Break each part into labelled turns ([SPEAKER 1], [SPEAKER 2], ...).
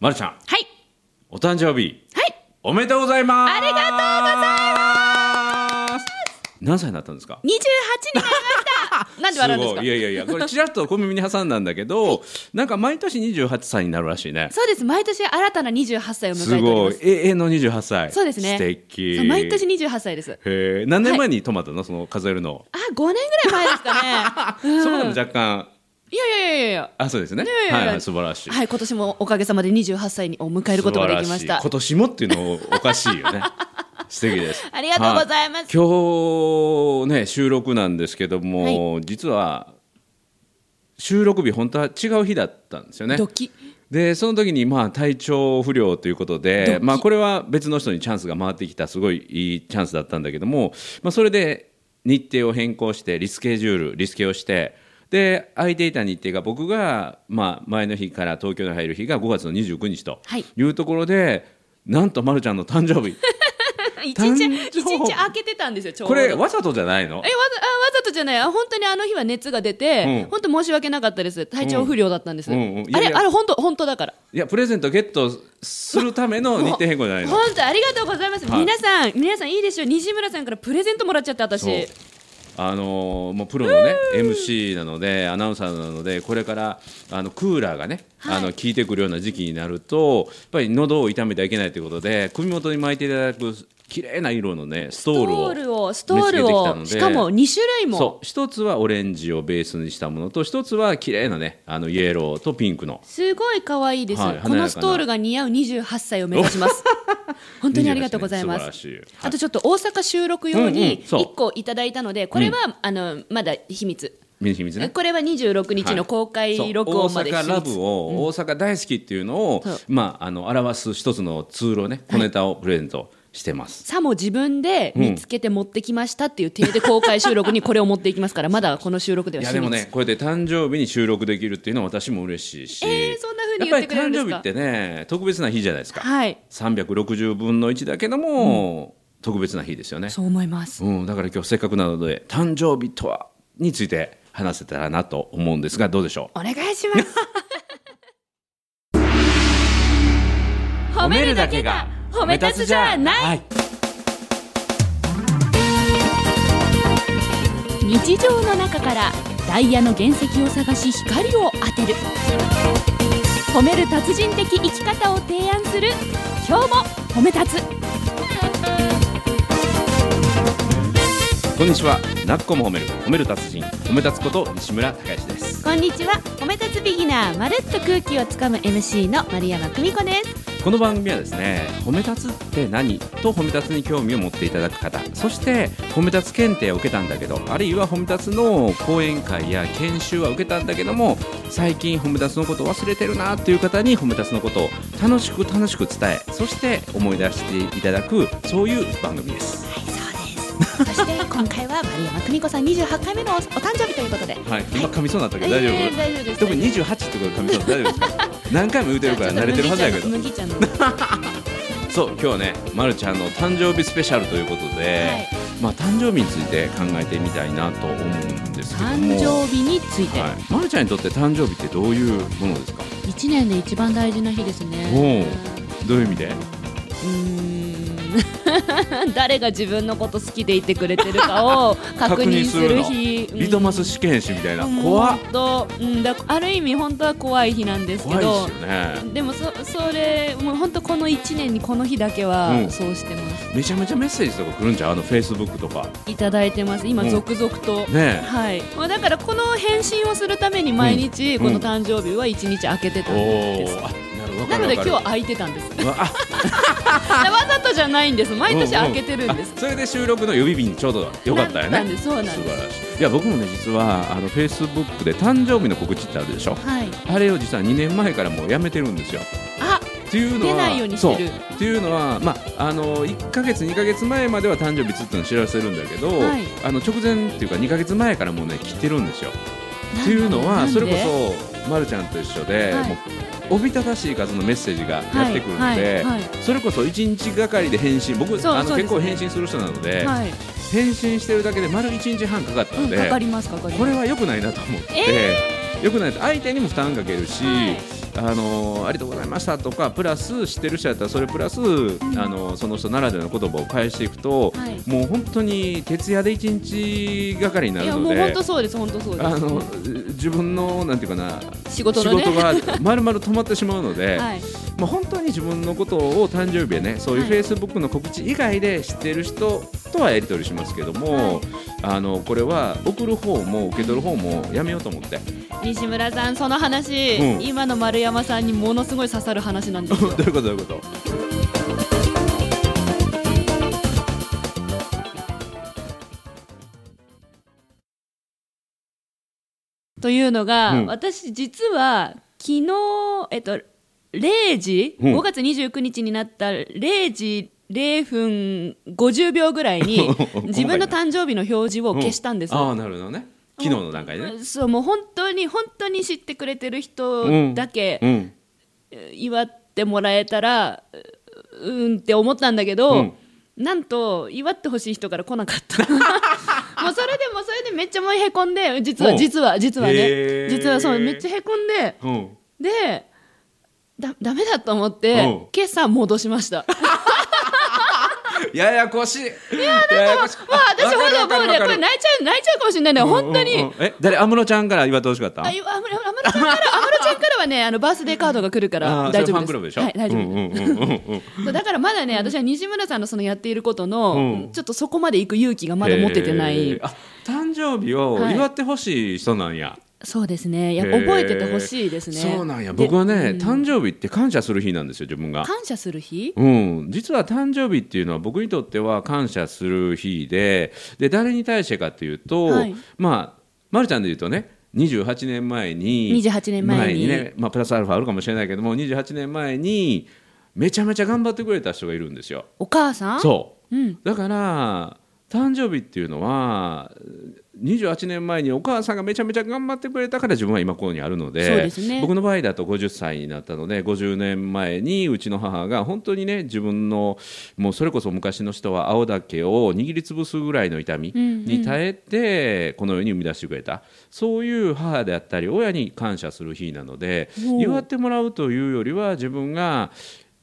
[SPEAKER 1] まるちゃん、
[SPEAKER 2] はい。
[SPEAKER 1] お誕生日、
[SPEAKER 2] はい。
[SPEAKER 1] おめでとうございます
[SPEAKER 2] ありがとうご
[SPEAKER 1] ざいます何歳になったんですか
[SPEAKER 2] 二十八になりま した。なんで笑うんです
[SPEAKER 1] ご
[SPEAKER 2] か
[SPEAKER 1] いいやいやいやこれちらっと小耳に挟んだんだけどなんか毎年28歳になるらしいね
[SPEAKER 2] そうです。毎年新たな二十八歳を迎えて
[SPEAKER 1] す
[SPEAKER 2] おりま
[SPEAKER 1] ご
[SPEAKER 2] す。
[SPEAKER 1] い永遠の28歳
[SPEAKER 2] そうですね。
[SPEAKER 1] 素敵
[SPEAKER 2] そう毎年二十八歳です。
[SPEAKER 1] へえ何年前に止まったのその数えるの
[SPEAKER 2] あ、五年ぐらい前です かね。
[SPEAKER 1] そこでも若干
[SPEAKER 2] いやいやいやいや。
[SPEAKER 1] あそうですね
[SPEAKER 2] いやいやい
[SPEAKER 1] は
[SPEAKER 2] や
[SPEAKER 1] いはい素晴らしい
[SPEAKER 2] はい、今年もおかげさまで二十八歳にを迎えることができま
[SPEAKER 1] 素
[SPEAKER 2] し
[SPEAKER 1] 晴ら
[SPEAKER 2] た。
[SPEAKER 1] 今年もっていうのおかしいよね 素敵です
[SPEAKER 2] ありがとうございます
[SPEAKER 1] は今日ね収録なんですけども、実は収録日本当は違う日だったんですよね
[SPEAKER 2] ドキ。
[SPEAKER 1] でその時にまあ体調不良ということで
[SPEAKER 2] ド、キ
[SPEAKER 1] まあ、これは別の人にチャンスが回ってきたすごいいいチャンスだったんだけども、まあ、それで日程を変更してリスケジュールリスケをしてで空いていた日程が僕が、まあ、前の日から東京に入る日が5月の29日と
[SPEAKER 2] はい
[SPEAKER 1] いうところで、なんとまるちゃんの誕 生日
[SPEAKER 2] 一
[SPEAKER 1] 誕
[SPEAKER 2] 日
[SPEAKER 1] 生
[SPEAKER 2] 一日開けてたんですよ。ちょうど
[SPEAKER 1] これわざとじゃないの
[SPEAKER 2] えわざあわざとじゃないあ本当にあの日は熱が出て、
[SPEAKER 1] うん
[SPEAKER 2] 本当申し訳なかったです体調不良だったんです、
[SPEAKER 1] うんうんうんいや
[SPEAKER 2] あ
[SPEAKER 1] い
[SPEAKER 2] れ
[SPEAKER 1] や
[SPEAKER 2] あれ本当本当だから
[SPEAKER 1] いやプレゼントゲットするための日程変更じゃないの
[SPEAKER 2] 本当ありがとうございます、
[SPEAKER 1] はい
[SPEAKER 2] 皆さん皆さんいいでしょう西村さんからプレゼントもらっちゃって私
[SPEAKER 1] そうあのーもうプロのね MC なのでアナウンサーなのでこれからあのクーラーがね、
[SPEAKER 2] はい
[SPEAKER 1] あの効いてくるような時期になるとやっぱり喉を痛めてはいけないということで首元に巻いていただく綺麗な色のねストールを
[SPEAKER 2] ストールをストール
[SPEAKER 1] 見
[SPEAKER 2] を
[SPEAKER 1] つけ
[SPEAKER 2] して
[SPEAKER 1] きた
[SPEAKER 2] か
[SPEAKER 1] ので
[SPEAKER 2] も2種類も
[SPEAKER 1] そう一つはオレンジをベースにしたものと一つは綺麗なねあのイエローとピンクの
[SPEAKER 2] すごい可愛いです、
[SPEAKER 1] はい華やか
[SPEAKER 2] こ
[SPEAKER 1] な
[SPEAKER 2] のストールが似合う28歳を目指します 本当にありがとうございます
[SPEAKER 1] 素晴らしい、はい
[SPEAKER 2] あとちょっと大阪収録用
[SPEAKER 1] うんう
[SPEAKER 2] に
[SPEAKER 1] んそう
[SPEAKER 2] 1個いただいたので、これは、あのまだ秘密、
[SPEAKER 1] 見る秘密ね
[SPEAKER 2] これは26日の公開録音まで秘
[SPEAKER 1] そう大阪
[SPEAKER 2] 密、
[SPEAKER 1] ラブを大阪大好きっていうのを、
[SPEAKER 2] そう
[SPEAKER 1] まあ、あの表す一つのツールをね小ネタをプレゼントしてます、
[SPEAKER 2] さも自分で見つけて持ってきましたっていう手で公開収録にこれを持っていきますから、まだこの収録ではい
[SPEAKER 1] や
[SPEAKER 2] 秘密
[SPEAKER 1] でもねこうやって誕生日に収録できるっていうのは私も嬉しいし、
[SPEAKER 2] えーそんな風に言ってくれるんですか
[SPEAKER 1] やっぱり誕生日ってね特別な日じゃないですか、
[SPEAKER 2] はい、
[SPEAKER 1] 360分の1だけども、特別な日ですよね
[SPEAKER 2] そう思います。
[SPEAKER 1] うん、だから今日せっかくなので誕生日とはについて話せたらなと思うんですがどうでしょう
[SPEAKER 2] お願いします。
[SPEAKER 1] はい
[SPEAKER 2] い。日常の中からダイヤの原石を探し光を当てる褒める達人的生き方を提案する今日も褒め立つ
[SPEAKER 1] こんにちはなっこも褒める褒める達人褒め立つこと西村隆之です
[SPEAKER 2] こんにちは褒め立つビギナーまるっと空気をつかむ MC の丸山久美子です
[SPEAKER 1] この番組はですね褒め立つって何と褒め立つに興味を持っていただく方そして褒め立つ検定を受けたんだけどあるいは褒め立つの講演会や研修は受けたんだけども最近褒め立つのことを忘れてるなっていう方に褒め立つのことを楽しく楽しく伝えそして思い出していただくそういう番組です
[SPEAKER 2] はいそうですそして今回は丸山久美子さん28回目のおお誕生日ということで
[SPEAKER 1] はい今噛みそうになったけど大丈
[SPEAKER 2] え
[SPEAKER 1] 夫
[SPEAKER 2] ー大丈夫です
[SPEAKER 1] 特に28ってことで噛みそう大丈夫ですか何回も言うてるから慣れてるはずやけど
[SPEAKER 2] 麦ちゃんの
[SPEAKER 1] そう今日はね、ま、るちゃんの誕生日スペシャルということで、
[SPEAKER 2] はい
[SPEAKER 1] まあ、誕生日について考えてみたいなと思うんですけども
[SPEAKER 2] 誕生日について、
[SPEAKER 1] はい、まるちゃんにとって誕生日ってどういうものですか
[SPEAKER 2] 一年で一番大事な日ですね
[SPEAKER 1] おどういう意味で
[SPEAKER 2] うーん 誰が自分のこと好きでいてくれてる かを確認する日
[SPEAKER 1] リトマ
[SPEAKER 2] う
[SPEAKER 1] ス
[SPEAKER 2] ん
[SPEAKER 1] 試験紙みたいな、
[SPEAKER 2] うん
[SPEAKER 1] 怖っ
[SPEAKER 2] 本当うんだある意味本当は怖い日なんですけ
[SPEAKER 1] 怖い
[SPEAKER 2] ど
[SPEAKER 1] ですよね
[SPEAKER 2] でもそそれもう本当この1年にこの日だけ
[SPEAKER 1] うん
[SPEAKER 2] はそうしてます、
[SPEAKER 1] めちゃめちゃメッセージとか来るんじゃうあのフェイスブックとか
[SPEAKER 2] いただいてます今
[SPEAKER 1] うん
[SPEAKER 2] 続々と、
[SPEAKER 1] ね
[SPEAKER 2] はいまあ、だからこの返信をするために毎日
[SPEAKER 1] うん
[SPEAKER 2] この誕生日は1日空けて
[SPEAKER 1] え
[SPEAKER 2] たん
[SPEAKER 1] お
[SPEAKER 2] です、
[SPEAKER 1] ーあなるほどわか
[SPEAKER 2] な
[SPEAKER 1] る
[SPEAKER 2] の
[SPEAKER 1] わ
[SPEAKER 2] で今
[SPEAKER 1] か
[SPEAKER 2] 日
[SPEAKER 1] る
[SPEAKER 2] は空いてたんです
[SPEAKER 1] う わあ
[SPEAKER 2] わざとじゃないんです毎年
[SPEAKER 1] うんう
[SPEAKER 2] 空
[SPEAKER 1] ん
[SPEAKER 2] けてるんです、
[SPEAKER 1] あそれで収録の予備日にちょうどよかったよね
[SPEAKER 2] なんですそうなんです
[SPEAKER 1] 素晴らしいいや僕もね実はあのフェイスブックで誕生日の告知ってあるでしょ
[SPEAKER 2] はい
[SPEAKER 1] あれを実は2年前からもうやめてるんですよ
[SPEAKER 2] あ
[SPEAKER 1] っていうのは
[SPEAKER 2] 出ないようにしてる
[SPEAKER 1] そうっていうのは、まあ、あの1か月2か月前までは誕生日つっての知らせるんだけど、
[SPEAKER 2] はい
[SPEAKER 1] あの直前っていうか2か月前からもうね切ってるんですよっていうの
[SPEAKER 2] な
[SPEAKER 1] は
[SPEAKER 2] ん
[SPEAKER 1] そ
[SPEAKER 2] で
[SPEAKER 1] れこそ、ま、るちゃんと一緒で、
[SPEAKER 2] はい
[SPEAKER 1] もうおびただしい数のメッセージがやってくるので、
[SPEAKER 2] はいはい
[SPEAKER 1] それこそ1日がかりで返信僕
[SPEAKER 2] そう
[SPEAKER 1] あ
[SPEAKER 2] そ
[SPEAKER 1] の
[SPEAKER 2] うで
[SPEAKER 1] 結
[SPEAKER 2] す
[SPEAKER 1] 構返信する人なので、
[SPEAKER 2] はい、
[SPEAKER 1] 返信してるだけで丸1日半かかった
[SPEAKER 2] う
[SPEAKER 1] の
[SPEAKER 2] ん、
[SPEAKER 1] で、
[SPEAKER 2] かかりますかかります
[SPEAKER 1] これは良くないなと思って、良くない相手にも負担かけるし、
[SPEAKER 2] は
[SPEAKER 1] あのーありがとうございましたとかプラス知ってる人やったらそれプラス、あのーその人ならではの言葉を返していくと、
[SPEAKER 2] はい
[SPEAKER 1] もう本当に徹夜で一日がかりにないる
[SPEAKER 2] や
[SPEAKER 1] の
[SPEAKER 2] もう本
[SPEAKER 1] で
[SPEAKER 2] 当。そうです本当そうです
[SPEAKER 1] あの自分のなんていうかな
[SPEAKER 2] 仕事のね
[SPEAKER 1] 仕事がまるまる止まってしまうの で、
[SPEAKER 2] はい
[SPEAKER 1] まあ、本当に自分のことを誕生日やねそういう
[SPEAKER 2] はい
[SPEAKER 1] フェイスブックの告知以外で知ってる人とはやり取りしますけども、あのこれは送る方も受け取る方もやめようと思 って
[SPEAKER 2] 西村さんその話、
[SPEAKER 1] うん
[SPEAKER 2] 今の丸山さんにものすごい刺さる話なんです
[SPEAKER 1] どう
[SPEAKER 2] よ
[SPEAKER 1] いうことどういうこと
[SPEAKER 2] というのが、
[SPEAKER 1] うん
[SPEAKER 2] 私実は昨日えっと0時、
[SPEAKER 1] うん
[SPEAKER 2] 5月29日になった0時0分50秒ぐら いに
[SPEAKER 1] 細かいな
[SPEAKER 2] 自分の誕生日の表示を消したんですよ、
[SPEAKER 1] ああなるほどね昨日の段階でね、
[SPEAKER 2] そうもう本当に本当に知ってくれてる人だけ
[SPEAKER 1] うん
[SPEAKER 2] 祝ってもらえたらううんって思ったんだけど、
[SPEAKER 1] うん
[SPEAKER 2] なんと祝ってほしい人から来なかった もうそれでもうそれでめっちゃもうへこんで実
[SPEAKER 1] お
[SPEAKER 2] は
[SPEAKER 1] う
[SPEAKER 2] 実は実は
[SPEAKER 1] へ
[SPEAKER 2] ね
[SPEAKER 1] ー
[SPEAKER 2] 実はそうめっちゃへこんで
[SPEAKER 1] うん、
[SPEAKER 2] でだだめだと思っ
[SPEAKER 1] お
[SPEAKER 2] て
[SPEAKER 1] う
[SPEAKER 2] 今朝戻し ました
[SPEAKER 1] ややこしいいやややこしい
[SPEAKER 2] わあ私ほらもうねこれ
[SPEAKER 1] い
[SPEAKER 2] 泣いちゃう泣いちゃうかもしれないね本当に、
[SPEAKER 1] え誰安室ちゃんから言われてほしかった
[SPEAKER 2] あ、いや、安室安室ちゃんから、安室ちゃんからはね、あのバースデーカードが来るから、
[SPEAKER 1] あー
[SPEAKER 2] 大丈
[SPEAKER 1] それファ
[SPEAKER 2] 夫
[SPEAKER 1] ン
[SPEAKER 2] で
[SPEAKER 1] クラブでし
[SPEAKER 2] す。
[SPEAKER 1] ょ
[SPEAKER 2] はい、大丈夫。
[SPEAKER 1] うんうんうんうんうん
[SPEAKER 2] そうだからまだね、私は西村さんのそのやっていることの、
[SPEAKER 1] うん
[SPEAKER 2] ちょっとそこまで行く勇気がまだ持ててな
[SPEAKER 1] へー
[SPEAKER 2] い。
[SPEAKER 1] あ誕生日を祝ってほしい人なんや、
[SPEAKER 2] そうですね、いや、
[SPEAKER 1] へー
[SPEAKER 2] 覚えててほしいですね。
[SPEAKER 1] そうなんや
[SPEAKER 2] で
[SPEAKER 1] 僕はね、
[SPEAKER 2] うん
[SPEAKER 1] 誕生日って感謝する日なんですよ自分が
[SPEAKER 2] 感謝する日。
[SPEAKER 1] うん、実は誕生日っていうのは僕にとっては感謝する日でで誰に対してかっていうと、
[SPEAKER 2] はい
[SPEAKER 1] まあ、まるちゃんで言うとね28年前に
[SPEAKER 2] 28年前に
[SPEAKER 1] ねまあ、プラスアルファあるかもしれないけども28年前にめちゃめちゃ頑張ってくれた人がいるんですよ。
[SPEAKER 2] お母さん。。
[SPEAKER 1] そう
[SPEAKER 2] ん。
[SPEAKER 1] うだから誕生日っていうのは28年前にお母さんがめちゃめちゃ頑張ってくれたから自分は今ここにあるので
[SPEAKER 2] そうですね
[SPEAKER 1] 僕の場合だと50歳になったので50年前にうちの母が本当にね自分のもうそれこそ昔の人は青竹を握りつぶすぐらいの痛みに耐えてこの世に生み出してくれたそういう母であったり親に感謝する日なので
[SPEAKER 2] おう
[SPEAKER 1] 祝ってもらうというよりは自分が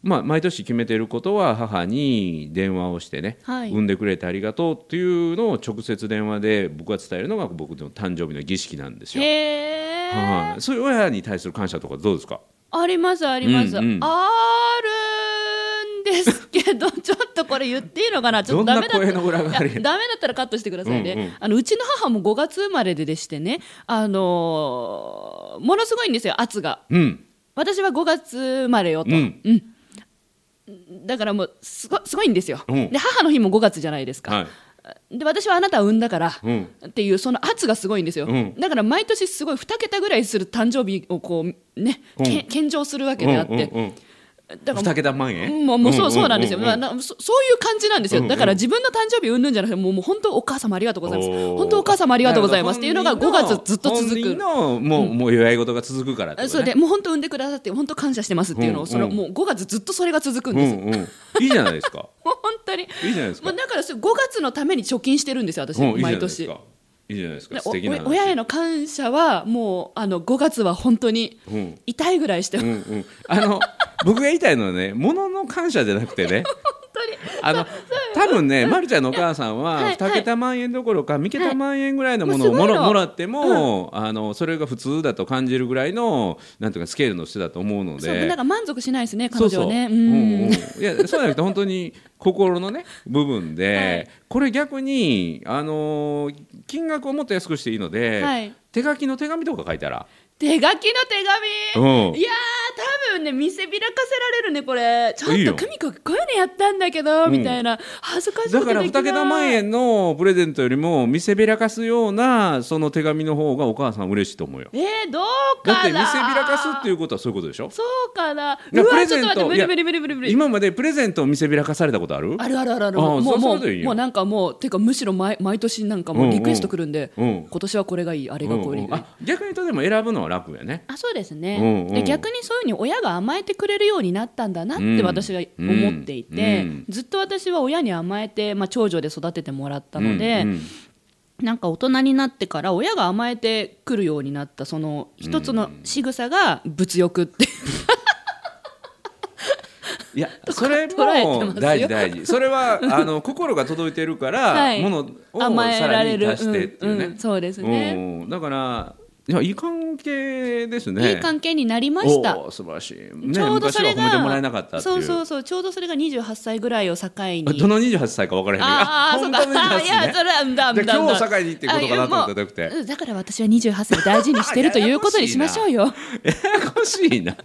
[SPEAKER 1] まあ、毎年決めてることは母に電話をしてね、
[SPEAKER 2] はい
[SPEAKER 1] 産んでくれてありがとうっていうのを直接電話で僕が伝えるのが僕の誕生日の儀式なんですよ。
[SPEAKER 2] へー
[SPEAKER 1] はい、そういう親に対する感謝とかどうですか。
[SPEAKER 2] ありますあります、
[SPEAKER 1] うんうん
[SPEAKER 2] あるんですけ どちょっとこれ言っていいのかなちょっとダメだった
[SPEAKER 1] どんな声の裏がある
[SPEAKER 2] いやダメだったらカットしてくださいね、
[SPEAKER 1] うんうん
[SPEAKER 2] あのうちの母も5月生まれででしてねあのーものすごいんですよ圧が
[SPEAKER 1] うん、
[SPEAKER 2] 私は5月生まれよと、
[SPEAKER 1] うん、
[SPEAKER 2] だからもうすごすごいんですよ、
[SPEAKER 1] うん
[SPEAKER 2] で母の日も5月じゃないですか、
[SPEAKER 1] はい、
[SPEAKER 2] で私はあなたを産んだから、
[SPEAKER 1] うん
[SPEAKER 2] っていうその圧がすごいんですよ、
[SPEAKER 1] うん
[SPEAKER 2] だから毎年すごい2桁ぐらいする誕生日をこうね、
[SPEAKER 1] うん
[SPEAKER 2] け献上するわけであって、
[SPEAKER 1] うんうんうん
[SPEAKER 2] だから
[SPEAKER 1] 二桁万円。
[SPEAKER 2] もうもうそうそうなんですよ、
[SPEAKER 1] うう
[SPEAKER 2] まあ、
[SPEAKER 1] ん
[SPEAKER 2] なそそういう感じなんです
[SPEAKER 1] うん
[SPEAKER 2] よ、
[SPEAKER 1] うん
[SPEAKER 2] だから自分の誕生日うんぬんじゃなくて、もうもう本当、お母様ありがとうございます、
[SPEAKER 1] おー
[SPEAKER 2] 本当、お母様ありがとうございますっていうのが
[SPEAKER 1] なるほど
[SPEAKER 2] 5月ずっと続
[SPEAKER 1] 本人
[SPEAKER 2] く。
[SPEAKER 1] のもう、もう祝い事が続くからってことね。
[SPEAKER 2] そうでもう本当産んでくださって本当感謝してますっていう
[SPEAKER 1] う
[SPEAKER 2] の
[SPEAKER 1] ん
[SPEAKER 2] をそれ
[SPEAKER 1] うん
[SPEAKER 2] もう5月ずっとそれが続くん
[SPEAKER 1] う
[SPEAKER 2] です、も
[SPEAKER 1] ん、うん、いいじゃないですか。
[SPEAKER 2] う 本当に
[SPEAKER 1] いいじゃないです
[SPEAKER 2] も
[SPEAKER 1] か
[SPEAKER 2] う。だからそれ5月のために貯金してるんですよ私、
[SPEAKER 1] うん、いいじゃな
[SPEAKER 2] 毎
[SPEAKER 1] いです
[SPEAKER 2] 年
[SPEAKER 1] か。いいじゃないですか。
[SPEAKER 2] で
[SPEAKER 1] 素敵な話
[SPEAKER 2] おお親への感謝はもうあの5月は本当に
[SPEAKER 1] うん
[SPEAKER 2] 痛いぐらいして、
[SPEAKER 1] うんうん、あの僕が言いたいのはね物の感謝じゃなくてね
[SPEAKER 2] 本当に
[SPEAKER 1] あの多分ね、まるちゃんのお母さん
[SPEAKER 2] いやは
[SPEAKER 1] はい2桁万円どころか3桁万円ぐらいのものを
[SPEAKER 2] もう
[SPEAKER 1] も
[SPEAKER 2] すごい
[SPEAKER 1] ろ
[SPEAKER 2] の
[SPEAKER 1] もらっても、あのそれが普通だと感じるぐらいのなんていうかスケールの人だと思うので。
[SPEAKER 2] そうなんか満足しないですね
[SPEAKER 1] そ
[SPEAKER 2] 彼
[SPEAKER 1] うそ
[SPEAKER 2] 女
[SPEAKER 1] う
[SPEAKER 2] はね
[SPEAKER 1] うん
[SPEAKER 2] ん
[SPEAKER 1] うんいやそうじゃなくて本当に 心のね部分で、これ逆に、あのー金額をもっと安くしていいので、
[SPEAKER 2] はい
[SPEAKER 1] 手書きの手紙とか書いたら、
[SPEAKER 2] 手書きの手紙、
[SPEAKER 1] うん
[SPEAKER 2] いやー多分ね見せびらかせられるねこれちょっと
[SPEAKER 1] いいよ
[SPEAKER 2] 久美子こういうのやったんだけど、
[SPEAKER 1] うん
[SPEAKER 2] みたいな恥ずかしくて
[SPEAKER 1] だから
[SPEAKER 2] でき
[SPEAKER 1] 2桁万
[SPEAKER 2] ない
[SPEAKER 1] 円のプレゼントよりも見せびらかすようなその手紙の方がお母さん嬉しいと思うよ
[SPEAKER 2] えー、どう
[SPEAKER 1] だっ
[SPEAKER 2] かな
[SPEAKER 1] て見せびらかすっていうことはそういうことでしょ
[SPEAKER 2] そうかな
[SPEAKER 1] だ
[SPEAKER 2] う
[SPEAKER 1] から
[SPEAKER 2] わちょっと待って無
[SPEAKER 1] いや
[SPEAKER 2] 理無理無理無理無理
[SPEAKER 1] 今までプレゼントを見せびらかされたことある
[SPEAKER 2] あるあるあるある
[SPEAKER 1] あー
[SPEAKER 2] もう
[SPEAKER 1] そう
[SPEAKER 2] も
[SPEAKER 1] そうでいいうよ
[SPEAKER 2] もうなんかもうていうかむしろ毎毎年なんかもうリクエストくるんで、
[SPEAKER 1] うんうんうん
[SPEAKER 2] 今年はこれがいいあれ
[SPEAKER 1] う
[SPEAKER 2] が
[SPEAKER 1] ん
[SPEAKER 2] これがいい、
[SPEAKER 1] うんあ逆に言うとでも選ぶのは楽やね
[SPEAKER 2] あそうですね、
[SPEAKER 1] うんうん
[SPEAKER 2] で逆にそういうふうに親が甘えてくれるようになったんだなっ
[SPEAKER 1] うん
[SPEAKER 2] て私は思っていて、
[SPEAKER 1] うんうん
[SPEAKER 2] ずっと私は親に甘えて、まあ、長女で育ててもらったので、
[SPEAKER 1] うんうん
[SPEAKER 2] なんか大人になってから親が甘えてくるようになったその一つの仕草が物欲って
[SPEAKER 1] い や
[SPEAKER 2] とか
[SPEAKER 1] それも
[SPEAKER 2] 捉えてますよ
[SPEAKER 1] 大事大事それ はあの心が届いてるから、
[SPEAKER 2] はい
[SPEAKER 1] ものを
[SPEAKER 2] 甘え
[SPEAKER 1] さ
[SPEAKER 2] ら
[SPEAKER 1] ら
[SPEAKER 2] れ
[SPEAKER 1] に
[SPEAKER 2] る
[SPEAKER 1] 足してっていうね、
[SPEAKER 2] うんうんそうですね、
[SPEAKER 1] うんだからいやいい関係ですね
[SPEAKER 2] いい関係になりました
[SPEAKER 1] おー素晴らしい、ね、
[SPEAKER 2] ちょうどそれ
[SPEAKER 1] 昔は
[SPEAKER 2] が
[SPEAKER 1] 褒めてもらえなかったっていう
[SPEAKER 2] そうそうそうちょうどそれが28歳ぐらいを境に
[SPEAKER 1] あどの28歳か分からへんけど
[SPEAKER 2] ああそうか
[SPEAKER 1] 本当の28
[SPEAKER 2] あいや
[SPEAKER 1] 歳、ね、
[SPEAKER 2] それはうんだうんだうん
[SPEAKER 1] じゃ
[SPEAKER 2] だ
[SPEAKER 1] あ今日を境にっていうことかなと思ったらよくて
[SPEAKER 2] あいやもううんだから私は28歳を大事にしてるということにしましょ うよ
[SPEAKER 1] ややこしいな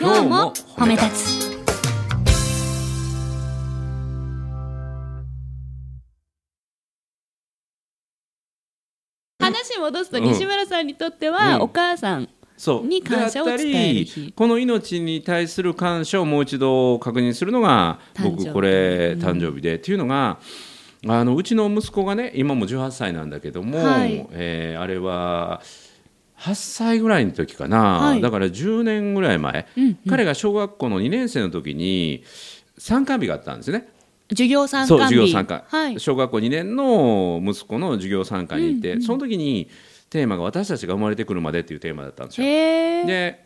[SPEAKER 3] 今日も褒め立つ
[SPEAKER 2] 話戻すと
[SPEAKER 1] うん
[SPEAKER 2] 西村さんにとっては、
[SPEAKER 1] うん
[SPEAKER 2] お母さん
[SPEAKER 1] そう
[SPEAKER 2] に感謝を伝える日
[SPEAKER 1] であったりこの命に対する感謝をもう一度確認するのが
[SPEAKER 2] 誕生日
[SPEAKER 1] 僕これ誕生日で、っていうのがあのうちの息子がね今も18歳なんだけども、
[SPEAKER 2] はい
[SPEAKER 1] えーあれは8歳ぐらいの時かな、
[SPEAKER 2] はい
[SPEAKER 1] だから10年ぐらい前、彼が小学校の2年生の時に参観日があったんですね。
[SPEAKER 2] 授業参
[SPEAKER 1] そう
[SPEAKER 2] 観日
[SPEAKER 1] 授業参観、
[SPEAKER 2] はい
[SPEAKER 1] 小学校2年の息子の授業参観に行って、その時にテーマが「私たちが生まれてくるまで」っていうテーマだったんですよ。
[SPEAKER 2] へえ
[SPEAKER 1] で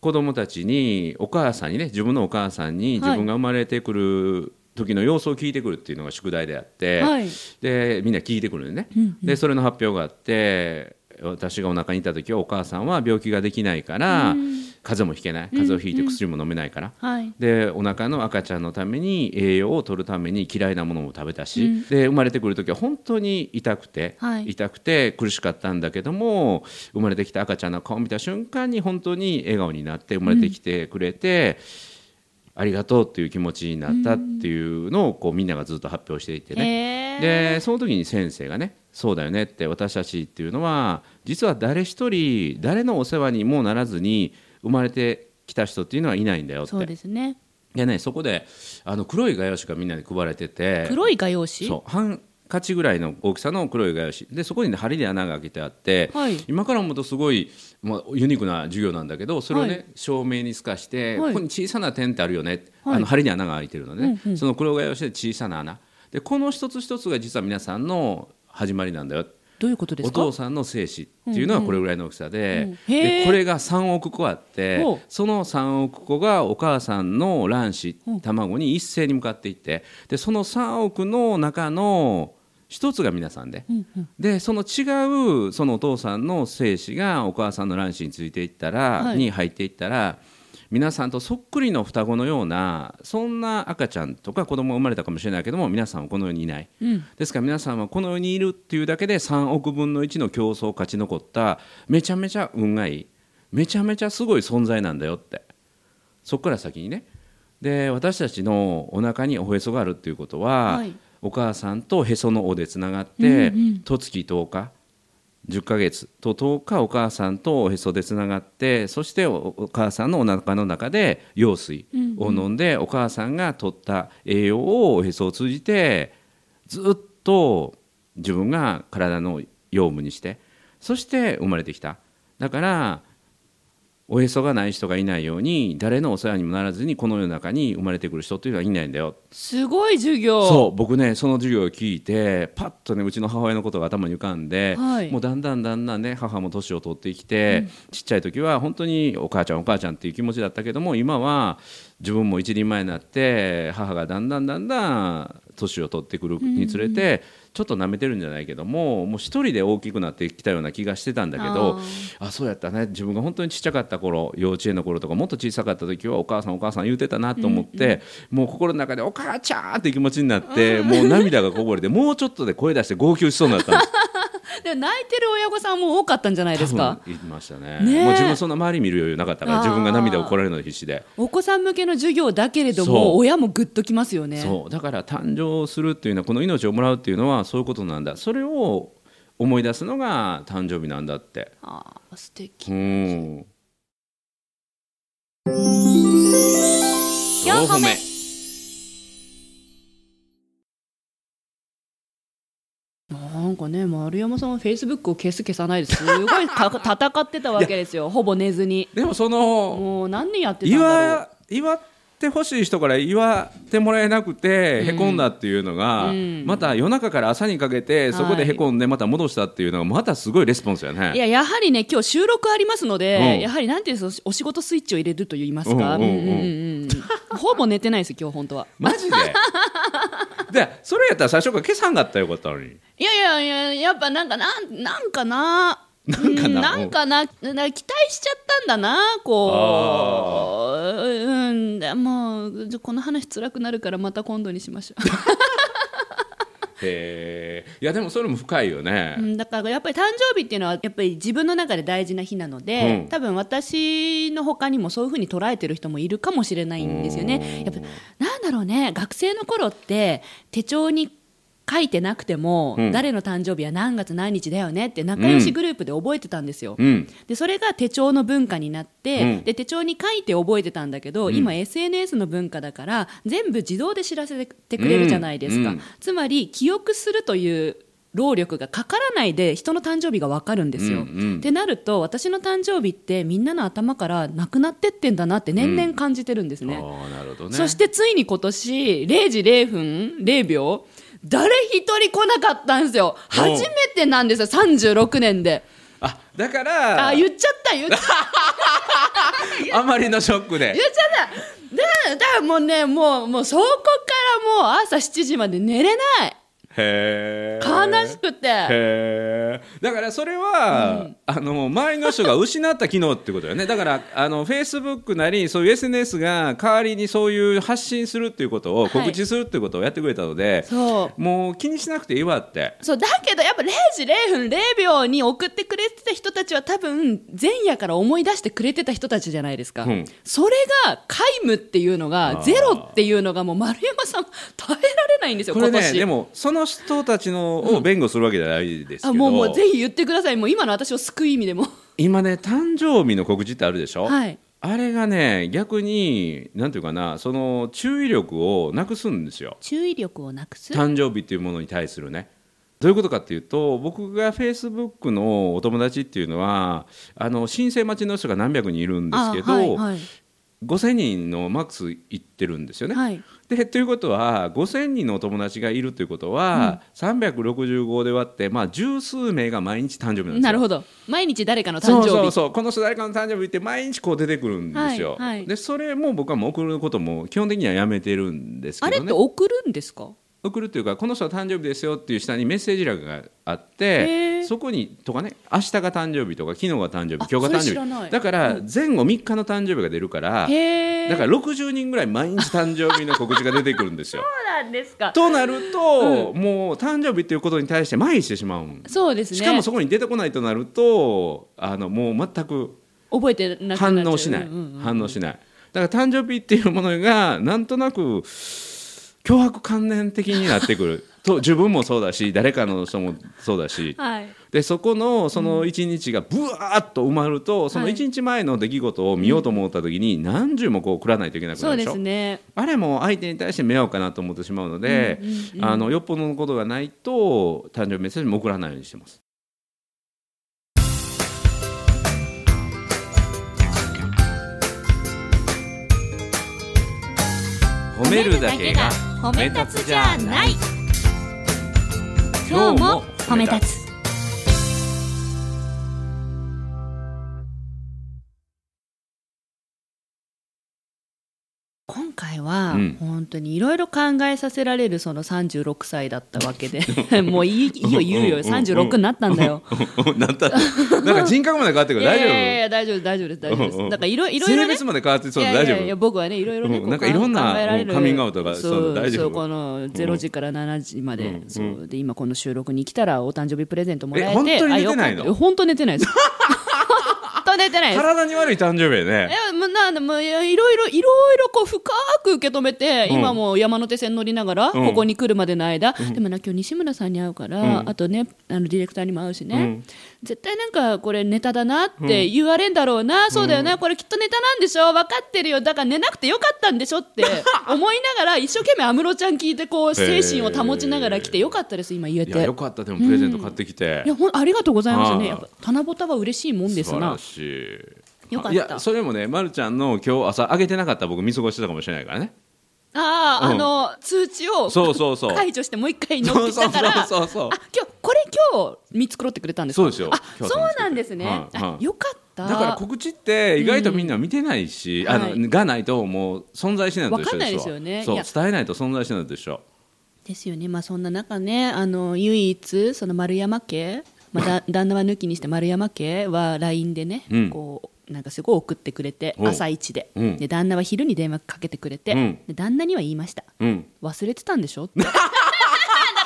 [SPEAKER 1] 子供たちにお母さんにね自分のお母さんに
[SPEAKER 2] はい
[SPEAKER 1] 自分が生まれてくる時の様子を聞いてくるっていうのが宿題であって、
[SPEAKER 2] はい
[SPEAKER 1] でみんな聞いてくるのね、でそれの発表があって私がお腹にいた時はお母さんは病気ができないから、風邪もひけない風邪をひいて薬も飲めないから、
[SPEAKER 2] はい
[SPEAKER 1] でお腹の赤ちゃんのために栄養を取るために嫌いなものも食べたし、で生まれてくる時は本当に痛くて、
[SPEAKER 2] はい
[SPEAKER 1] 痛くて苦しかったんだけども生まれてきた赤ちゃんの顔を見た瞬間に本当に笑顔になって生まれてきてくれて、ありがとうっていう気持ちになったっていうのをこうみんながずっと発表していてね。
[SPEAKER 2] へえ
[SPEAKER 1] でその時に先生がね「そうだよね」って私たちっていうのは実は誰一人誰のお世話にもならずに生まれてきた人っていうのはいないんだよって
[SPEAKER 2] そうですね
[SPEAKER 1] でねそこであの黒い画用紙がみんなに配られてて
[SPEAKER 2] 黒い画用紙
[SPEAKER 1] そうハンカチぐらいの大きさの黒い画用紙でそこにね針で穴が開けてあって、
[SPEAKER 2] はい
[SPEAKER 1] 今から思うとすごい、まあ、ユニークな授業なんだけどそれをね、
[SPEAKER 2] はい
[SPEAKER 1] 照明に透かして、
[SPEAKER 2] はい
[SPEAKER 1] ここに小さな点ってあるよね、
[SPEAKER 2] はい
[SPEAKER 1] あの針に穴が開いてるのね、その黒い画用紙で小さな穴でこの一つ一つが実は皆さんの始まりなんだよ
[SPEAKER 2] どういうことで
[SPEAKER 1] お
[SPEAKER 2] すか
[SPEAKER 1] 父さんの精子っていうのはこれぐらいの大きさで,、
[SPEAKER 2] うんへー
[SPEAKER 1] でこれが3億個あって
[SPEAKER 2] ほう
[SPEAKER 1] その3億個がお母さんの卵子卵に一斉に向かっていってでその3億の中の一つが皆さんで、でその違うそのお父さんの精子がお母さんの卵子についていったら、
[SPEAKER 2] はい
[SPEAKER 1] に入っていったら皆さんとそっくりの双子のようなそんな赤ちゃんとか子供が生まれたかもしれないけども皆さんはこの世にいない、ですから皆さんはこの世にいるっていうだけで3億分の1の競争を勝ち残っためちゃめちゃ運がいいめちゃめちゃすごい存在なんだよってそこから先にねで私たちのお腹におへそがあるっていうことは、
[SPEAKER 2] はい
[SPEAKER 1] お母さんとへその緒でつながって、と月10日10ヶ月と10日お母さんとおへそでつながってそしておお母さんのお腹の中で羊水を飲んで、お母さんが取った栄養をおへそを通じてずっと自分が体の養分にしてそして生まれてきただからおへそがない人がいないように誰のお世話にもならずにこの世の中に生まれてくる人っていうのはいないんだよ
[SPEAKER 2] すごい授業
[SPEAKER 1] そう僕ねその授業を聞いてパッとねうちの母親のことが頭に浮かんで、
[SPEAKER 2] はい
[SPEAKER 1] もうだんだんだんだんね母も年を取ってきて、ちっちゃい時は本当にお母ちゃんお母ちゃんっていう気持ちだったけども今は自分も一人前になって母がだんだんだんだん年を取ってくるにつれて、ちょっと舐めてるんじゃないけどももう一人で大きくなってきたような気がしてたんだけどあそうやったね自分が本当にちっちゃかった頃幼稚園の頃とかもっと小さかった時はお母さんお母さん言うてたなと思って、もう心の中で「お母ちゃん!」って気持ちになって、もう涙がこぼれてもうちょっとで声出して号泣しそうになったんです
[SPEAKER 2] でも泣いてる親御さんも多かったんじゃないですか
[SPEAKER 1] 多分いましたね
[SPEAKER 2] ねえ
[SPEAKER 1] もう自分そんな周り見る余裕なかったから
[SPEAKER 2] あー
[SPEAKER 1] 自分が涙をこらえるのに必死で、
[SPEAKER 2] お子さん向けの授業だけれど
[SPEAKER 1] そ
[SPEAKER 2] も
[SPEAKER 1] う
[SPEAKER 2] 親もグッときますよね
[SPEAKER 1] そうだから誕生するっていうのはこの命をもらうっていうのはそういうことなんだそれを思い出すのが誕生日なんだって
[SPEAKER 2] ああ素敵
[SPEAKER 1] うん
[SPEAKER 3] 4個目
[SPEAKER 2] なんかね丸山さんはフェイスブックを消す消さないですごいた戦ってたわけですよほぼ寝ずに
[SPEAKER 1] でもその
[SPEAKER 2] もう何年やってたんだろう
[SPEAKER 1] 祝祝ってほしい人から祝ってもらえなくてへこんだっていうのが、
[SPEAKER 2] うん
[SPEAKER 1] また夜中から朝にかけてそこでへこんでまた戻したっていうのがまたすごいレスポンスやね。
[SPEAKER 2] いややはりね今日収録ありますので、
[SPEAKER 1] うん
[SPEAKER 2] やはりなんていうんですかお仕事スイッチを入れると言いますか、
[SPEAKER 1] うんうんうん
[SPEAKER 2] うんうんうんほぼ寝てないですよ今日本当は
[SPEAKER 1] マジででそれやったら最初から消さんかったらよかったのに。
[SPEAKER 2] いやいやいややっぱなんかなんなんかな
[SPEAKER 1] なんかな
[SPEAKER 2] うんなんかなな期待しちゃったんだなこううんでもうじゃこの話辛くなるからまた今度にしましょ う
[SPEAKER 1] へえいやでもそれも深いよね。
[SPEAKER 2] うん、だからやっぱり誕生日っていうのはやっぱり自分の中で大事な日なので、
[SPEAKER 1] うん
[SPEAKER 2] 多分私の他にもそういうふうに捉えてる人もいるかもしれないんですよね。やっぱなんだろうね学生の頃って手帳に書いてなくても、
[SPEAKER 1] うん
[SPEAKER 2] 誰の誕生日は何月何日だよねって仲良しグループで覚えてたんですよ。
[SPEAKER 1] うん
[SPEAKER 2] でそれが手帳の文化になって、
[SPEAKER 1] うん
[SPEAKER 2] で手帳に書いて覚えてたんだけど、
[SPEAKER 1] ん
[SPEAKER 2] 今 SNS の文化だから全部自動で知らせてくれるじゃないですか、
[SPEAKER 1] うんうん
[SPEAKER 2] つまり記憶するという労力がかからないで人の誕生日がわかるんですよ。
[SPEAKER 1] うんうん
[SPEAKER 2] ってなると私の誕生日ってみんなの頭からなくなってってんだなって年々感じてるんです
[SPEAKER 1] あ
[SPEAKER 2] ね。
[SPEAKER 1] あなるほどね。
[SPEAKER 2] そしてついに今年0時0分0秒誰一人来なかったんですよ初めてなんですよ36年で
[SPEAKER 1] あだから
[SPEAKER 2] あ
[SPEAKER 1] あ
[SPEAKER 2] 言っちゃった言っちゃった
[SPEAKER 1] まりのショックで
[SPEAKER 2] 言っちゃっただだからもうねもうもうそこからもう朝7時まで寝れない
[SPEAKER 1] へえ
[SPEAKER 2] 悲しくて
[SPEAKER 1] へえだからそれは、あの周りの人が失った機能ってことよねだからあのフェイスブックなりそういう SNS が代わりにそういう発信するっていうことを
[SPEAKER 2] はい
[SPEAKER 1] 告知するっていうことをやってくれたので、
[SPEAKER 2] そう
[SPEAKER 1] もう気にしなくていいわって
[SPEAKER 2] そうだけどやっぱ0時0分0秒に送ってくれてた人たちは多分前夜から思い出してくれてた人たちじゃないですか、
[SPEAKER 1] うん
[SPEAKER 2] それが皆無っていうの
[SPEAKER 1] あ
[SPEAKER 2] が
[SPEAKER 1] ー
[SPEAKER 2] ゼロっていうのがもう丸山さん耐えられないんですよ
[SPEAKER 1] これ
[SPEAKER 2] 今
[SPEAKER 1] ね
[SPEAKER 2] 年
[SPEAKER 1] でもその人たちのを弁護するわけじゃないですけど、
[SPEAKER 2] あもうもうぜひ言ってくださいもう今の私を救う意味でも
[SPEAKER 1] 今ね誕生日の告知ってあるでしょ、
[SPEAKER 2] はい
[SPEAKER 1] あれがね逆になんていうかなその注意力をなくすんですよ
[SPEAKER 2] 注意力をなくす
[SPEAKER 1] 誕生日というものに対するねどういうことかっていうと僕がフェイスブックのお友達っていうのはあの申請待ちの人が何百人いるんですけど、
[SPEAKER 2] はいはい
[SPEAKER 1] 5,000人のマックスいってるんですよね。
[SPEAKER 2] はい
[SPEAKER 1] でということは5,000人のお友達がいるということは、365で割って、まあ、十数名が毎日誕生日なんですよ。
[SPEAKER 2] なるほど毎日誰かの誕
[SPEAKER 1] そ
[SPEAKER 2] 生日
[SPEAKER 1] うそうそうこの人誰かの誕生日って毎日こう出てくるんですよ、
[SPEAKER 2] はいはい
[SPEAKER 1] でそれも僕はもう送ることも基本的にはやめてるんです
[SPEAKER 2] あ
[SPEAKER 1] け
[SPEAKER 2] れっ
[SPEAKER 1] ど
[SPEAKER 2] て
[SPEAKER 1] ね
[SPEAKER 2] 送るんですか
[SPEAKER 1] 送るっていうかこの人は誕生日ですよっていう下にメッセージ欄があっ
[SPEAKER 2] へ
[SPEAKER 1] て
[SPEAKER 2] ー
[SPEAKER 1] そこにとかね明日が誕生日とか昨日が誕生
[SPEAKER 2] あ
[SPEAKER 1] 日今日が
[SPEAKER 2] それ知ら
[SPEAKER 1] 誕生
[SPEAKER 2] な
[SPEAKER 1] 日
[SPEAKER 2] い
[SPEAKER 1] だから前後3日の誕生日が出るから
[SPEAKER 2] へえ
[SPEAKER 1] だから60人ぐらい毎日誕生日の告知が出てくるんですよ
[SPEAKER 2] そうなんですか
[SPEAKER 1] となると、もう誕生日っていうことに対して麻痺してしまうん
[SPEAKER 2] そうですね
[SPEAKER 1] しかもそこに出てこないとなるとあのもう全く
[SPEAKER 2] 覚えてなくなっちゃう
[SPEAKER 1] 反応しない、
[SPEAKER 2] うんうんうん
[SPEAKER 1] 反応しないだから誕生日っていうものがなんとなく脅迫観念的になってく ると自分もそうだし誰かの人もそうだし
[SPEAKER 2] はい
[SPEAKER 1] でそこのその一日がぶわーっと埋まると、その
[SPEAKER 2] はい
[SPEAKER 1] 一日前の出来事を見ようと思った時に何十もこう送らないといけなくな
[SPEAKER 2] そう
[SPEAKER 1] るで
[SPEAKER 2] で
[SPEAKER 1] しょ
[SPEAKER 2] すね
[SPEAKER 1] あれも相手に対して迷惑かなと思ってしまうので、
[SPEAKER 2] うんうんうん
[SPEAKER 1] あのよっぽどのことがないと誕生日メッセージも送らないようにしてます。褒めるだけが
[SPEAKER 3] 褒
[SPEAKER 1] め立つじゃない
[SPEAKER 3] 今日も褒め立つ
[SPEAKER 1] つ。
[SPEAKER 2] 今回は
[SPEAKER 1] うん
[SPEAKER 2] 本当にいろいろ考えさせられるその36歳だったわけ で もういいいいよ言うよ
[SPEAKER 1] うんうんうん
[SPEAKER 2] 36になったんだよ
[SPEAKER 1] なんだなんか人格まで変わってくる。
[SPEAKER 2] いや
[SPEAKER 1] 大
[SPEAKER 2] いやい
[SPEAKER 1] 丈
[SPEAKER 2] や大丈夫です大丈夫です大丈夫です
[SPEAKER 1] うんうん
[SPEAKER 2] だからい
[SPEAKER 1] 夫。
[SPEAKER 2] ろいろいろ
[SPEAKER 1] 性
[SPEAKER 2] ね
[SPEAKER 1] 別まで変わってそう
[SPEAKER 2] い
[SPEAKER 1] で
[SPEAKER 2] や
[SPEAKER 1] 大
[SPEAKER 2] い
[SPEAKER 1] 丈
[SPEAKER 2] やいや
[SPEAKER 1] 夫。
[SPEAKER 2] 僕はねいろいろね、
[SPEAKER 1] うん
[SPEAKER 2] こう
[SPEAKER 1] なんかいろんな
[SPEAKER 2] 考えられる
[SPEAKER 1] うんカミングアウトが
[SPEAKER 2] そ
[SPEAKER 1] そう
[SPEAKER 2] う
[SPEAKER 1] 大丈夫
[SPEAKER 2] そうこの0時から7時まで、
[SPEAKER 1] うんうん
[SPEAKER 2] そうで今この収録に来たらお誕生日プレゼントもらえて
[SPEAKER 1] え本当に寝てないの
[SPEAKER 2] あよかった本当寝てないです本当働いてないです。
[SPEAKER 1] 体に悪い誕生日やね。
[SPEAKER 2] えもうなんだもういやいろいろいろいろこう深く受け止めて、
[SPEAKER 1] うん
[SPEAKER 2] 今も山手線乗りながら、
[SPEAKER 1] うん
[SPEAKER 2] ここに来るまでの間、でもな今日西村さんに会うから、
[SPEAKER 1] うん
[SPEAKER 2] あとねあのディレクターにも会うしね、
[SPEAKER 1] うん
[SPEAKER 2] 絶対なんかこれネタだなって言われんだろうな、そうだよなこれきっとネタなんでしょ分かってるよだから寝なくてよかったんでしょって思いながら一生懸命安室ちゃん聞いてこう精神を保ちながら来てよかったです今言え
[SPEAKER 1] い
[SPEAKER 2] て。
[SPEAKER 1] や、よかった。でも、プレゼント買ってきて。
[SPEAKER 2] いやほんありがとうございますね、
[SPEAKER 1] はい
[SPEAKER 2] やっぱ七夕は嬉しいもんです
[SPEAKER 1] 素晴
[SPEAKER 2] な
[SPEAKER 1] ら。しい。
[SPEAKER 2] よかった
[SPEAKER 1] いや、それもね、まるちゃんの今日朝あげてなかった僕見過ごしてたかもしれないからね。
[SPEAKER 2] ああ、
[SPEAKER 1] うん
[SPEAKER 2] あの通知を
[SPEAKER 1] そうそうそう。
[SPEAKER 2] 解除してもう一回乗ってきたから。
[SPEAKER 1] そうそうそうそう
[SPEAKER 2] あ、今日これ今日見繕ってくれたんですか。
[SPEAKER 1] そうですよ
[SPEAKER 2] あ、
[SPEAKER 1] 今
[SPEAKER 2] そ
[SPEAKER 1] 日
[SPEAKER 2] うなんですね。
[SPEAKER 1] はい
[SPEAKER 2] あ
[SPEAKER 1] はい
[SPEAKER 2] よかった。
[SPEAKER 1] だから告知って意外とみんな見てないし、
[SPEAKER 2] うん
[SPEAKER 1] あ
[SPEAKER 2] は
[SPEAKER 1] の
[SPEAKER 2] い
[SPEAKER 1] がないともう存在しないのと一緒
[SPEAKER 2] わかんない
[SPEAKER 1] で
[SPEAKER 2] です
[SPEAKER 1] す
[SPEAKER 2] よね
[SPEAKER 1] そう
[SPEAKER 2] いや
[SPEAKER 1] 伝えないと存在しないのと一緒
[SPEAKER 2] ですよね。まあそんな中ね、あの唯一その丸山家、まあ だ旦那は抜きにして丸山家は LINE でね、
[SPEAKER 1] うん
[SPEAKER 2] こう。なんかすごい送ってくれて
[SPEAKER 1] お
[SPEAKER 2] 朝一で,、
[SPEAKER 1] うん
[SPEAKER 2] で旦那は昼に電話かけてくれて、
[SPEAKER 1] うん
[SPEAKER 2] で旦那には言いました
[SPEAKER 1] うん
[SPEAKER 2] 忘れてたんでしょっ て だ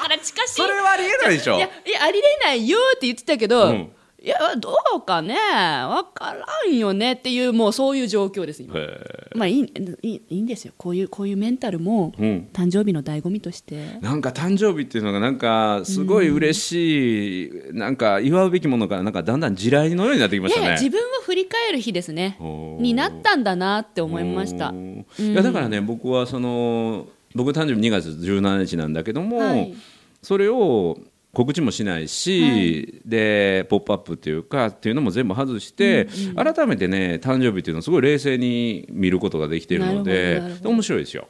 [SPEAKER 2] から近しい
[SPEAKER 1] それはありえないでしょ
[SPEAKER 2] いや、いや、ありえないよって言ってたけど、
[SPEAKER 1] うん
[SPEAKER 2] いや、どうかね、わからんよねっていう、もうそういう状況です、今。
[SPEAKER 1] へ
[SPEAKER 2] まあいい、いい、いいんですよ。こういう、こういうメンタルも、
[SPEAKER 1] うん
[SPEAKER 2] 誕生日の醍醐味として
[SPEAKER 1] ー。なんか誕生日っていうのがなんかすごい嬉しい、なんか祝うべきものからなんかだんだん地雷のようになってきま
[SPEAKER 2] い
[SPEAKER 1] し
[SPEAKER 2] や
[SPEAKER 1] た
[SPEAKER 2] い
[SPEAKER 1] ね
[SPEAKER 2] や、自分を振り返る日ですね。
[SPEAKER 1] おー
[SPEAKER 2] になったんだなって思いました。
[SPEAKER 1] おーいやだからね僕はその僕誕生日2月17日なんだけども、
[SPEAKER 2] はい
[SPEAKER 1] それを告知もしないし、
[SPEAKER 2] は
[SPEAKER 1] で「ポップアップっていうかっていうのも全部外して、改めてね誕生日っていうのをすごい冷静に見ることができているの
[SPEAKER 2] なる
[SPEAKER 1] で
[SPEAKER 2] ほどなるほど
[SPEAKER 1] 面白いですよ。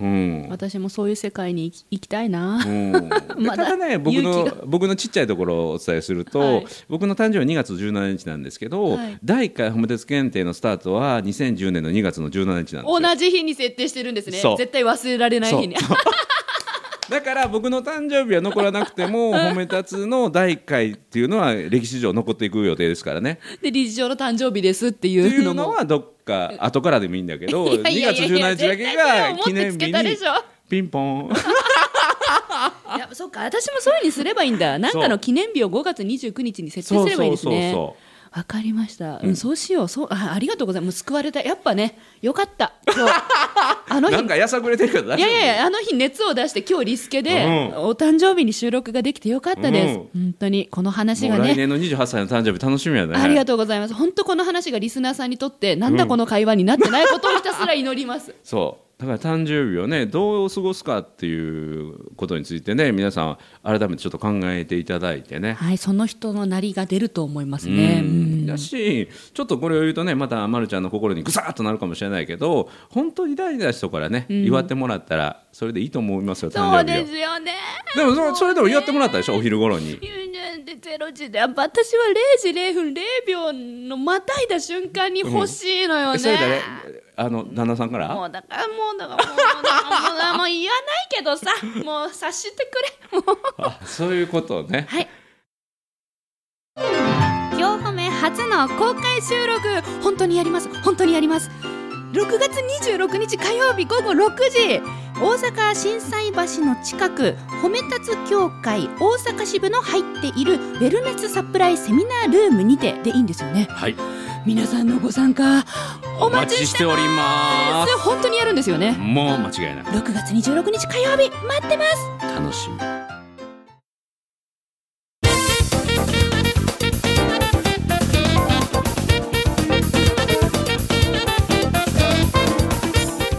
[SPEAKER 1] うん
[SPEAKER 2] 私もそういう世界に行き行きたいな。
[SPEAKER 1] うんで
[SPEAKER 2] まだ
[SPEAKER 1] ただね僕
[SPEAKER 2] 勇気
[SPEAKER 1] の
[SPEAKER 2] が
[SPEAKER 1] 僕のちっちゃいところをお伝えすると、
[SPEAKER 2] はい
[SPEAKER 1] 僕の誕生日は2月17日なんですけど、
[SPEAKER 2] はい
[SPEAKER 1] 第1回ホムテツ検定のスタートは2010年の2月の17日なんですよ。
[SPEAKER 2] 同じ日に設定してるんですね
[SPEAKER 1] そう。
[SPEAKER 2] 絶対忘れられない日に。
[SPEAKER 1] そうだから僕の誕生日は残らなくて も褒め立つの第1回っていうのは歴史上残っていく予定ですからね。
[SPEAKER 2] で、理事長の誕生日ですって
[SPEAKER 1] って
[SPEAKER 2] い
[SPEAKER 1] いうう
[SPEAKER 2] の
[SPEAKER 1] の
[SPEAKER 2] も。
[SPEAKER 1] はどっか後からでもいいんだけど
[SPEAKER 2] い
[SPEAKER 1] 2
[SPEAKER 2] やいやい
[SPEAKER 1] 月
[SPEAKER 2] やいや
[SPEAKER 1] 17日だけが記念日
[SPEAKER 2] 絶対それ思ってつけた
[SPEAKER 1] に
[SPEAKER 2] でしょ
[SPEAKER 1] ピンポン
[SPEAKER 2] い やそっか私もそういうふうにすればいいんだなんかの記念日を5月29日に設定すればいいですね
[SPEAKER 1] そ
[SPEAKER 2] わかりました、うん、そうしようそうあありがとうございますもう救われたやっぱねよかった今 日あの
[SPEAKER 1] う
[SPEAKER 2] 日
[SPEAKER 1] なんかやさぐれてるけど大
[SPEAKER 2] い
[SPEAKER 1] 丈
[SPEAKER 2] や
[SPEAKER 1] 夫
[SPEAKER 2] いやいやあの日熱を出して今日リスケで、
[SPEAKER 1] うん
[SPEAKER 2] お誕生日に収録ができてよかったです、
[SPEAKER 1] うん
[SPEAKER 2] 本当にこの話
[SPEAKER 1] も
[SPEAKER 2] が
[SPEAKER 1] う来
[SPEAKER 2] ね
[SPEAKER 1] 年の28歳の誕生日楽しみやね
[SPEAKER 2] ありがとうございます本当この話がリスナーさんにとってなんだこの会話になってないことをひたすら祈ります、
[SPEAKER 1] そうだから誕生日をねどう過ごすかっていうことについてね皆さん改めてちょっと考えていただいてね
[SPEAKER 2] はいその人のなりが出ると思いますね、
[SPEAKER 1] う
[SPEAKER 2] うん
[SPEAKER 1] んだしちょっとこれを言うとねまたまるちゃんの心にぐさっとなるかもしれないけど本当に大事な人からね、祝ってもらったらそれでいいと思いますよ誕
[SPEAKER 2] そう
[SPEAKER 1] 生日
[SPEAKER 2] で
[SPEAKER 1] を
[SPEAKER 2] すよね
[SPEAKER 1] でもそそれでも祝ってもらったでしょお昼頃に
[SPEAKER 2] でゼロ時であ私は0時0分0秒のまたいだ瞬間に欲しいのよ
[SPEAKER 1] え
[SPEAKER 2] ね。
[SPEAKER 1] それ誰あの旦那さんから
[SPEAKER 2] もうだからもうだからもうだからもうだからもう言わないけどさもう察してくれもう
[SPEAKER 1] あそういうことね
[SPEAKER 2] はい今日褒め初の公開収録本当にやります本当にやります6月26日火曜日午後6時大阪震災橋の近く褒め立つ協会大阪支部の入っているウェルネスサプライセミナールームにてでいいんですよね
[SPEAKER 1] はい
[SPEAKER 2] 皆さんのご参加お待ちして
[SPEAKER 1] お
[SPEAKER 2] ます
[SPEAKER 1] りま
[SPEAKER 2] 本当にやるんですよね
[SPEAKER 1] もう間違いない
[SPEAKER 2] 6月26日火曜日待ってます
[SPEAKER 1] 楽しみ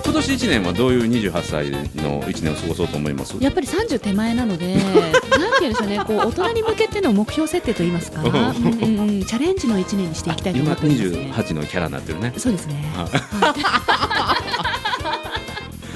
[SPEAKER 1] 今年一年はどういう28歳の一年を過ごそうと思います
[SPEAKER 2] やっぱり30手前な のでなんて言うんでしょうねこう大人に向けての目標設定といいますか、うんうんうんチャレンジの1年にしていきたいと思
[SPEAKER 1] 今
[SPEAKER 2] っております、ね、
[SPEAKER 1] 28のキャラになってるね
[SPEAKER 2] そうですね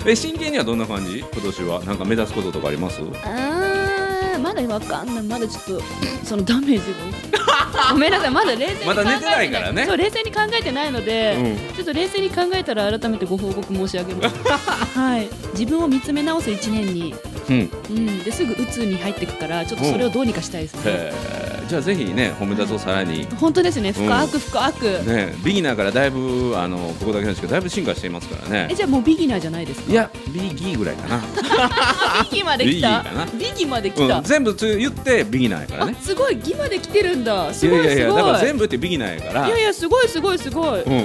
[SPEAKER 1] え真剣にはどんな感じ今年はなんか目指すこととかあります
[SPEAKER 2] あーまだわかんないまだちょっとそのダメ ージがごめんなさいまだ冷静に考え
[SPEAKER 1] まだ寝てないからね
[SPEAKER 2] そう冷静に考えてないので、
[SPEAKER 1] う
[SPEAKER 2] ちょっと冷静に考えたら改めてご報告申し上げます はい自分を見つめ直す1年に、
[SPEAKER 1] うん
[SPEAKER 2] うん、ですぐ鬱に入っていくからちょっとそれをどうにかしたいですね、
[SPEAKER 1] えーじゃあぜひね褒め立つをさらに、
[SPEAKER 2] 本当ですね深
[SPEAKER 1] う
[SPEAKER 2] く深く、
[SPEAKER 1] ね、ビギナーからだいぶあのここだけなんですけどだいぶ進化していますから
[SPEAKER 2] え
[SPEAKER 1] ね
[SPEAKER 2] じゃあもうビギナーじゃないですか
[SPEAKER 1] いやビギーぐらいかな、
[SPEAKER 2] ビギまで来た
[SPEAKER 1] ビギかな
[SPEAKER 2] ビギまで来た、
[SPEAKER 1] うん、全部つ言ってビギナーやから
[SPEAKER 2] あ
[SPEAKER 1] ね
[SPEAKER 2] すごいギまで来てるんだす
[SPEAKER 1] い
[SPEAKER 2] ごい
[SPEAKER 1] やい
[SPEAKER 2] すごい
[SPEAKER 1] やいやだから
[SPEAKER 2] い
[SPEAKER 1] 全部言ってビギナーやから
[SPEAKER 2] やいやすごいすごいすごい、
[SPEAKER 1] うんうん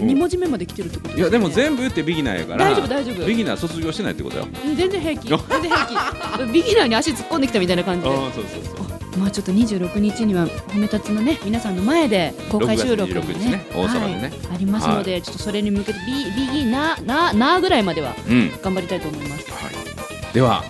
[SPEAKER 1] うん
[SPEAKER 2] 二文字目まで来てるってことです、ね、
[SPEAKER 1] いやでも全部言ってビギナーやから
[SPEAKER 2] 大丈夫大丈夫
[SPEAKER 1] ビギナー卒業してないってことよ
[SPEAKER 2] うん全然平気全然平気 ビギナーに足突っ込んできたみたいな感じで
[SPEAKER 1] あそうそうそう
[SPEAKER 2] まあちょっと26日には褒めたつのね皆さんの前で公開収録も
[SPEAKER 1] 6月26日ね大阪でね
[SPEAKER 2] はいありますので、ちょっとそれに向けてビビギナーななぐらいまでは
[SPEAKER 1] うん
[SPEAKER 2] 頑張りたいと思います
[SPEAKER 1] はい、では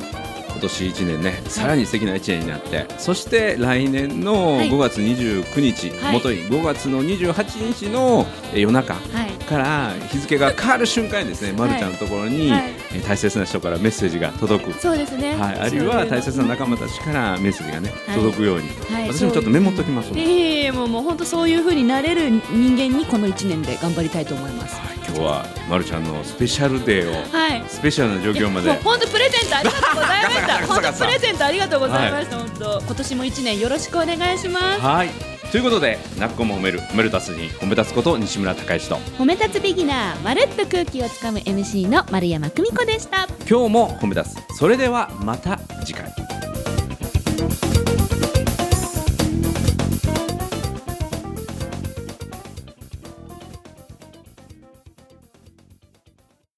[SPEAKER 1] 今年1年ねさらに素敵な1年になって、そして来年の
[SPEAKER 2] はい
[SPEAKER 1] 5月29日、
[SPEAKER 2] はい
[SPEAKER 1] もとい5月の28日のえー夜中
[SPEAKER 2] はい
[SPEAKER 1] から日付が変わる瞬間にですね、まるちゃんのところに、
[SPEAKER 2] は
[SPEAKER 1] え
[SPEAKER 2] い
[SPEAKER 1] ー大切な人からメッセージが届く、
[SPEAKER 2] そうですね
[SPEAKER 1] はい、あるいは大切な仲間たちからメッセージがね、
[SPEAKER 2] はい
[SPEAKER 1] 届くように、
[SPEAKER 2] はい
[SPEAKER 1] 私もちょっとメモっときます
[SPEAKER 2] いえいえもうもう本当そういう風になれる人間にこの1年で頑張りたいと思います
[SPEAKER 1] はい今日はまるちゃんのスペシャルデーを
[SPEAKER 2] はい
[SPEAKER 1] スペシャルな状況まで
[SPEAKER 2] もう本当プレゼントありがとうございま した
[SPEAKER 1] ガサガサガサ
[SPEAKER 2] 本
[SPEAKER 1] ガ
[SPEAKER 2] 当
[SPEAKER 1] サ
[SPEAKER 2] プレゼントありがとうございました、本当今年も1年よろしくお願いします
[SPEAKER 1] はいということで「なっこも褒める褒めるたすに褒めたすこと西村孝之と
[SPEAKER 2] 褒め立つビギナーまるっと空気をつかむ MC の丸山久美子でした
[SPEAKER 1] 今日も褒め出すそれではまた次回